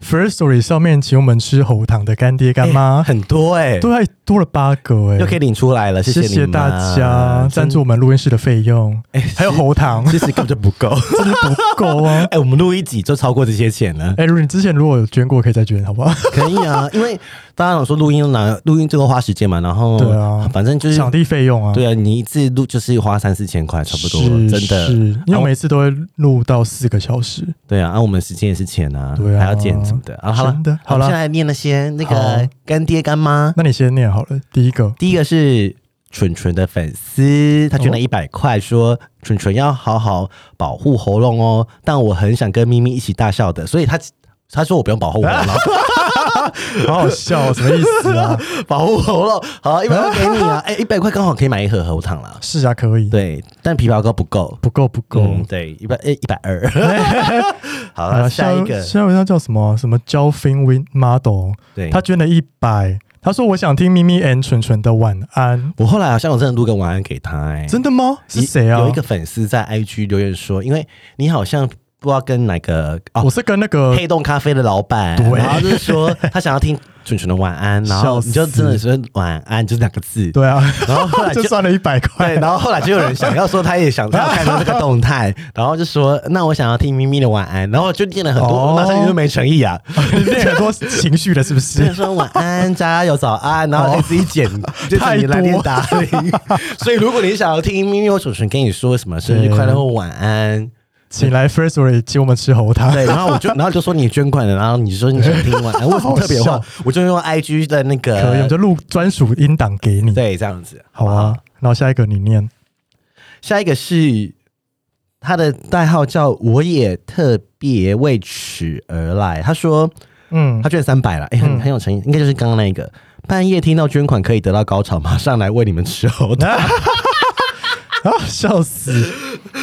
First Story 上面请我们吃喉糖的干爹干妈，很多哎、都还多了八个哎、又可以领出来了，谢谢你们大家赞助我们录音室的费用，哎还有喉糖， 其实根本就不够。 真的不够啊！哎、我们录一集就超过这些钱了。哎、如果你之前如果有捐过，可以再捐，好不好？可以啊，因为大家想说录音哪录音这个花时间嘛，然后对啊反正就是 场地费用啊，对啊，你一次录就是花三四千块，差不多，是真的是。因为我啊我每次都会录到四个小时，对啊，啊，我们时间也是钱啊，对啊还要剪什么的啊。好了真的，好我们啦现在念那些那好个干爹干妈。那你先念好了。第一个，第一个是蠢蠢的粉丝，他捐哦了一百块，说蠢蠢要好好保护喉咙哦。但我很想跟咪咪一起大笑的，所以他他说我不用保护喉 咙，好好笑哦，什么意思 啊？保护喉咙好，一百块给你 啊。哎、一百块刚好可以买一盒喉糖啦。是啊，可以，对，但枇杷膏不够。不够不够。嗯，对，一百哎一百 二。好啊了，下一个下一位他叫什么啊？什么 j o f i n Win Model？对他捐了一百，他说我想听咪咪 and 蠢蠢的晚安，我后来好像我真的录个晚安给他、哎，真的吗？是谁啊？有一个粉丝在 IG 留言说，因为你好像不知道跟哪个哦我，是跟那个黑洞咖啡的老板，呃对然后就是说他想要听蠢蠢的晚安，然后笑死你就真的说晚安，就是两个字。对啊，然后后 来就就算了一百对，块，然后后来就有人想要说他也想他有看到这个动态，然后就说那我想要听咪咪的晚安，然后我就念了很哦多，马上就没诚意 啊，那很多情绪了，是不就是是？说晚安，加油，早安，然后就自己剪，哦就自己来太多练打 铃。所以如果你想要听咪咪或蠢蠢跟你说什么生日快乐或晚安，请来 First Story 请我们吃喉糖。 对，然后 我就，然后就说你捐款了，然后你说你想听完，哎，为什么特别好话好？我就用 I G 的那个，可以，我们就录专属音档给你。对，这样子。好啊，然后下一个你念，下一个是他的代号叫我也特别为此而来。他说嗯他，捐三百了，哎、很很有诚意，应该就是刚刚那一个。半夜听到捐款可以得到高潮，马上来为你们吃哦猴 的，嗯啊，笑死！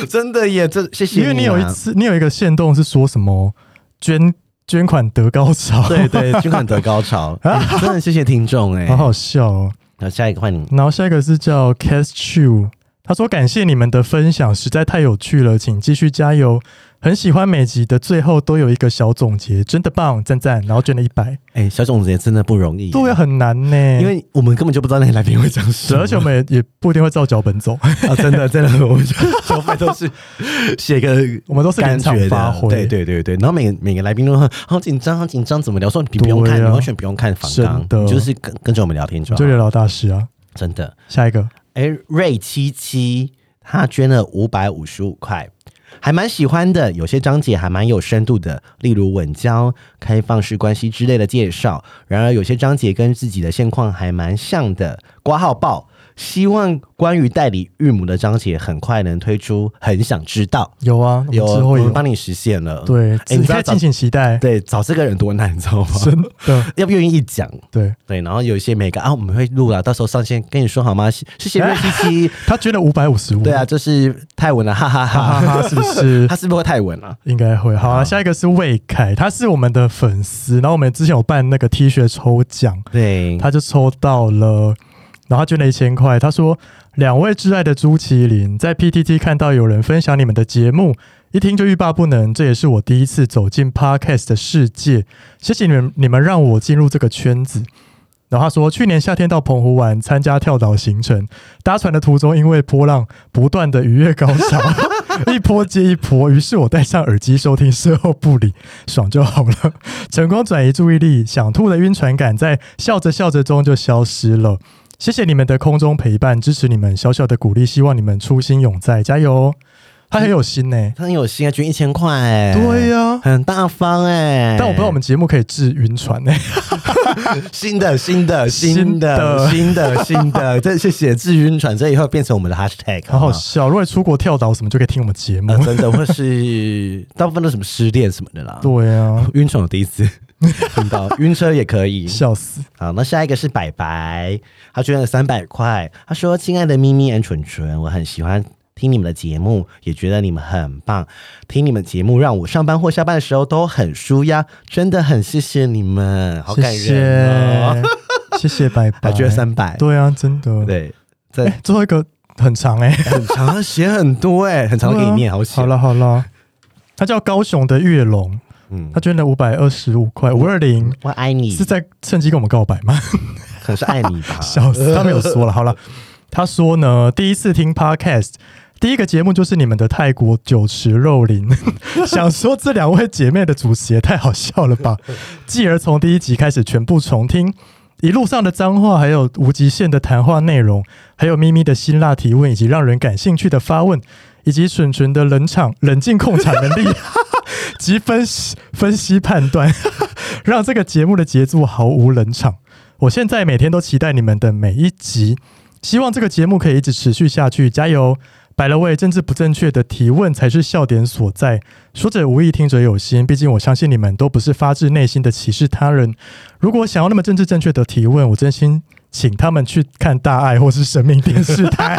真的耶！这谢谢、啊，因为你有一次，你有一个限动是说什么捐捐款得高潮，对对捐款得 高潮，啊哎真的谢谢听众哎、好好笑哦。那下一个换你，然后下一个是叫 Cast Chu，他说感谢你们的分享，实在太有趣了，请继续加油。很喜欢每集的最后都有一个小总结，真的棒，赞赞。然后捐了一百，哎、小种子也真的不容易，对啊，很难呢、因为我们根本就不知道那些来宾会讲什对，么，而且我们也也不一定会照脚本 走，啊，真的真的， 我 们就收费都是写个我们都是临感场觉发的挥，对对对对。然后每每个来宾都说好紧张，好紧张，怎么聊？说你不用对啊看，你完全不用看访纲真，的你就是跟跟着我们聊天你就好就，聊聊大师啊。真的。下一个，哎，瑞七七他捐了五百五十五块。还蛮喜欢的，有些章节还蛮有深度的，例如稳交、开放式关系之类的介绍。然而，有些章节跟自己的现况还蛮像的。挂号报，希望关于代理育母的章节很快能推出，很想知道。有啊，有，我们之后我有们帮你实现了。对，哎你你知可道以找敬请期待，对，找这个人多难，你知道吗？真的， 要不愿意讲，对对，然后有一些每个啊，我们会录了，到时候上线跟你说好吗？谢谢谢瑞七七，他捐了五百五十五，对啊，，这是泰文了，哈哈嗯哈哈。哈 哈，是不是他？是不是会泰文啊？应该会。好啊，下一个是魏凯，他是我们的粉丝，然后我们之前有办那个 T 恤抽奖，对，他就抽到了，然后他捐了一千块。他说：“两位挚爱的朱麒麟，在 PTT 看到有人分享你们的节目，一听就欲罢不能。这也是我第一次走进 Podcast 的世界，谢谢你们，你们让我进入这个圈子。”然后他说，去年夏天到澎湖玩，参加跳岛行程，搭船的途中因为波浪不断的愉悦高潮，一波接一波，于是我戴上耳机收听，事后不理，爽就好了。成功转移注意力，想吐的晕船感在笑着笑着中就消失了。谢谢你们的空中陪伴，支持你们小小的鼓励，希望你们初心永在，加油哦！他很有心呢、他很有心啊，捐一千块、欸，对、呀、很大方哎、但我不知道我们节目可以治晕船呢、新的新的新新的 的新的新的，这谢谢至晕船，这以后变成我们的 hashtag，好好啊好吗笑。如果出国跳岛什么，就可以听我们 节目呃。真的，或是大部分都什么失恋什么的啦。对啊， 晕船我第一次，听到晕车也可以。笑死！好，那下一个是白白，他捐了三百块。他说：“亲爱的咪咪 and 蠢蠢，我很喜欢听你们的节目，也觉得你们很棒。听你们节目让我上班或下班的时候都很舒压，真的很谢谢你们， 好感人哦。谢谢， 谢谢拜他拜。捐了三百，对啊，真的。对，这哎，最后一个很长哎、很长，啊写很多哎、很长的给你念，好写。好了好了，他叫高雄的月龙，嗯，他捐了五百二十五块五二零，我爱你是，在趁机跟我们告白吗？可能是爱你 吧。笑死，他没有说了。好了，他说呢，第一次听 podcast。第一个节目就是你们的泰国酒池肉林， 想说这两位姐妹的主持也太好笑了吧！继而从第一集开始全部重听，一路上的脏话，还有无极限的谈话内容，还有咪咪的辛辣提问，以及让人感兴趣的发问，以及蠢蠢的冷场、冷静控场能力 及分析、分析判断， 让这个节目的节奏毫无冷场。我现在每天都期待你们的每一集，希望这个节目可以一直持续下去，加油！白了位政治不正确的提问才是笑点所在，说者无意，听者有心。毕竟我相信你们都不是发自内心的歧视他人。如果想要那么政治正确的提问，我真心请他们去看大爱或是神明电视台。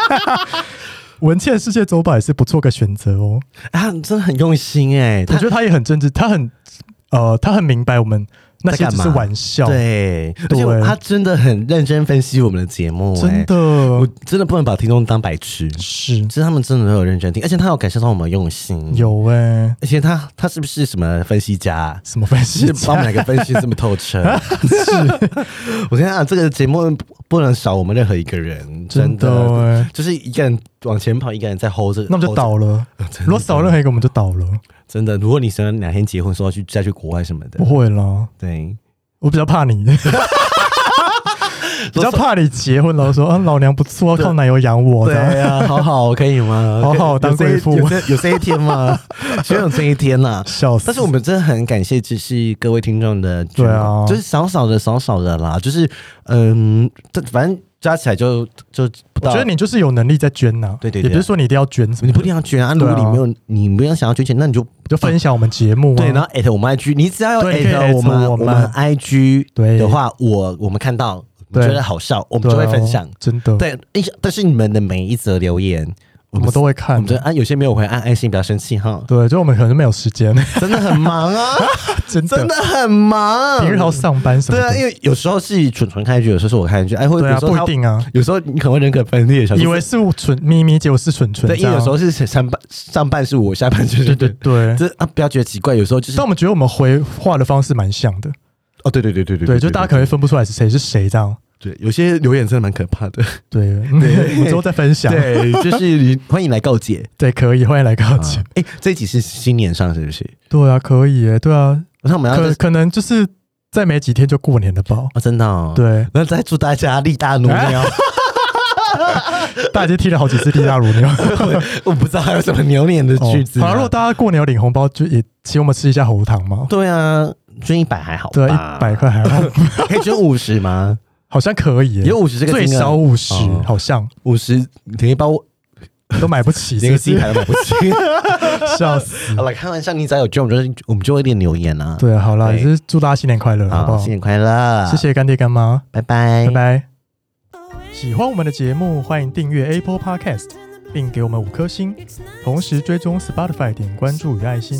文倩世界走吧也是不错的选择哦。啊，真的很用心哎、我他觉得他也很政治，他很呃，他很明白我们那些在只干嘛是玩笑，对，而且对他真的很认真分析我们的节目、哎真的，我真的不能把听众当白痴，是其实他们真的都有认真听，而且他有感受到我们的用心。，有哎、而且他他是不是什欸么分析家啊？什么分析是？ 帮我们两个分析这么透彻，是。我跟你讲，这个节目不能少我们任何一个人，真真的的，哎、就是一个人往前跑，一个人在 hold 这个，那我们就 hold 着倒了。如果少任何一个，我们就倒了。真的，如果你想哪天结婚，说要去再去国外什么的不，会啦，对，我比较怕 你，比较怕你结婚了，说啊，老娘不错啊，靠奶油养我对的。啊，好好可以吗？好好有当这一贵妇有这有这一 天吗？只有这一天啦。笑死！但是我们真的很感谢，就是各位听众的捐款，对啊就是少少的少少的啦，就是嗯，这反正加起来就就不我到。觉得你就是有能力在捐呐，对对也对不是说你一定要捐什么，你不一定要捐啊，如对啊果你没有你没有想要捐钱，那你就就分享我们节目啊。对，然后艾特我们 IG，你只要有艾对可以特 at 我们我我们们 IG 对的话，我我们看到我对们觉得好笑，我们对啊就会分享。真的，对，但是你们的每一则留言，我们都会看我们。就啊按有些没有回，按爱心不要生气哈， 对，就我们可能是没有时 间，真的很忙啊，真 真的，的很忙，平日还要上班什么对啊，的。因为有时候是蠢蠢开一句，有时候是我开一句，哎，或者对有啊，时候不他一，定啊，有时候你可能会人格分裂，想说以为是蠢咪咪，结果是蠢蠢。对，因为有时这样候是上半上半是我，下半就是对对对。 这啊，不要觉得奇怪，有时候就是但我们觉得我们回话的方式蛮像的，哦，对对对对对对，就大家可能会分不出来是谁是谁这样。对有些留言真的蛮可怕的，对， 我们之后再分享。 对，就是你欢迎来告 解。对，可以，欢迎来告啊解。哎，这一集是新年上是不是？对啊，可以耶，对啊，那我们要可在可能就是再没几天就过年了吧？哦，真的哦，对，那再祝大家力大如 牛，大家已经踢了好几次地大如 牛。我不知道还有什么牛年的哦句子好啦啊。如果大家过年有领红包，就也请我们吃一下喉糖嘛。对啊，捐一百还好吧，对，啊一百块还好， 可以捐五十吗？好像可以耶，有50这个最金额少五十哦，好像五十，你一包我都买不起，连个是鸡不是排都买不起。 笑死。 好了，开玩笑，你只要有捐，我们就是我们就会念留言啊。对啊，好啦，对也是祝大家新年快乐，好不好好，新？年快乐，哎谢，谢干爹干妈，拜拜，拜。拜。喜欢我们的节目，欢迎订阅 Apple Podcast，并给我们五颗星，同时追踪 Spotify 点关注与爱心。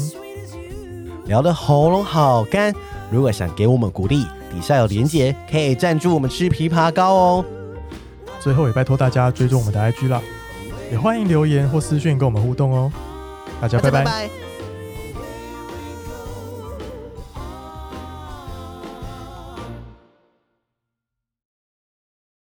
聊的喉咙好干，如果想给我们鼓励，底下有连结，可以赞助我们吃枇杷膏哦。最后也拜托大家追踪我们的 IG 啦，也欢迎留言或私讯跟我们互动哦。大家大家拜拜拜。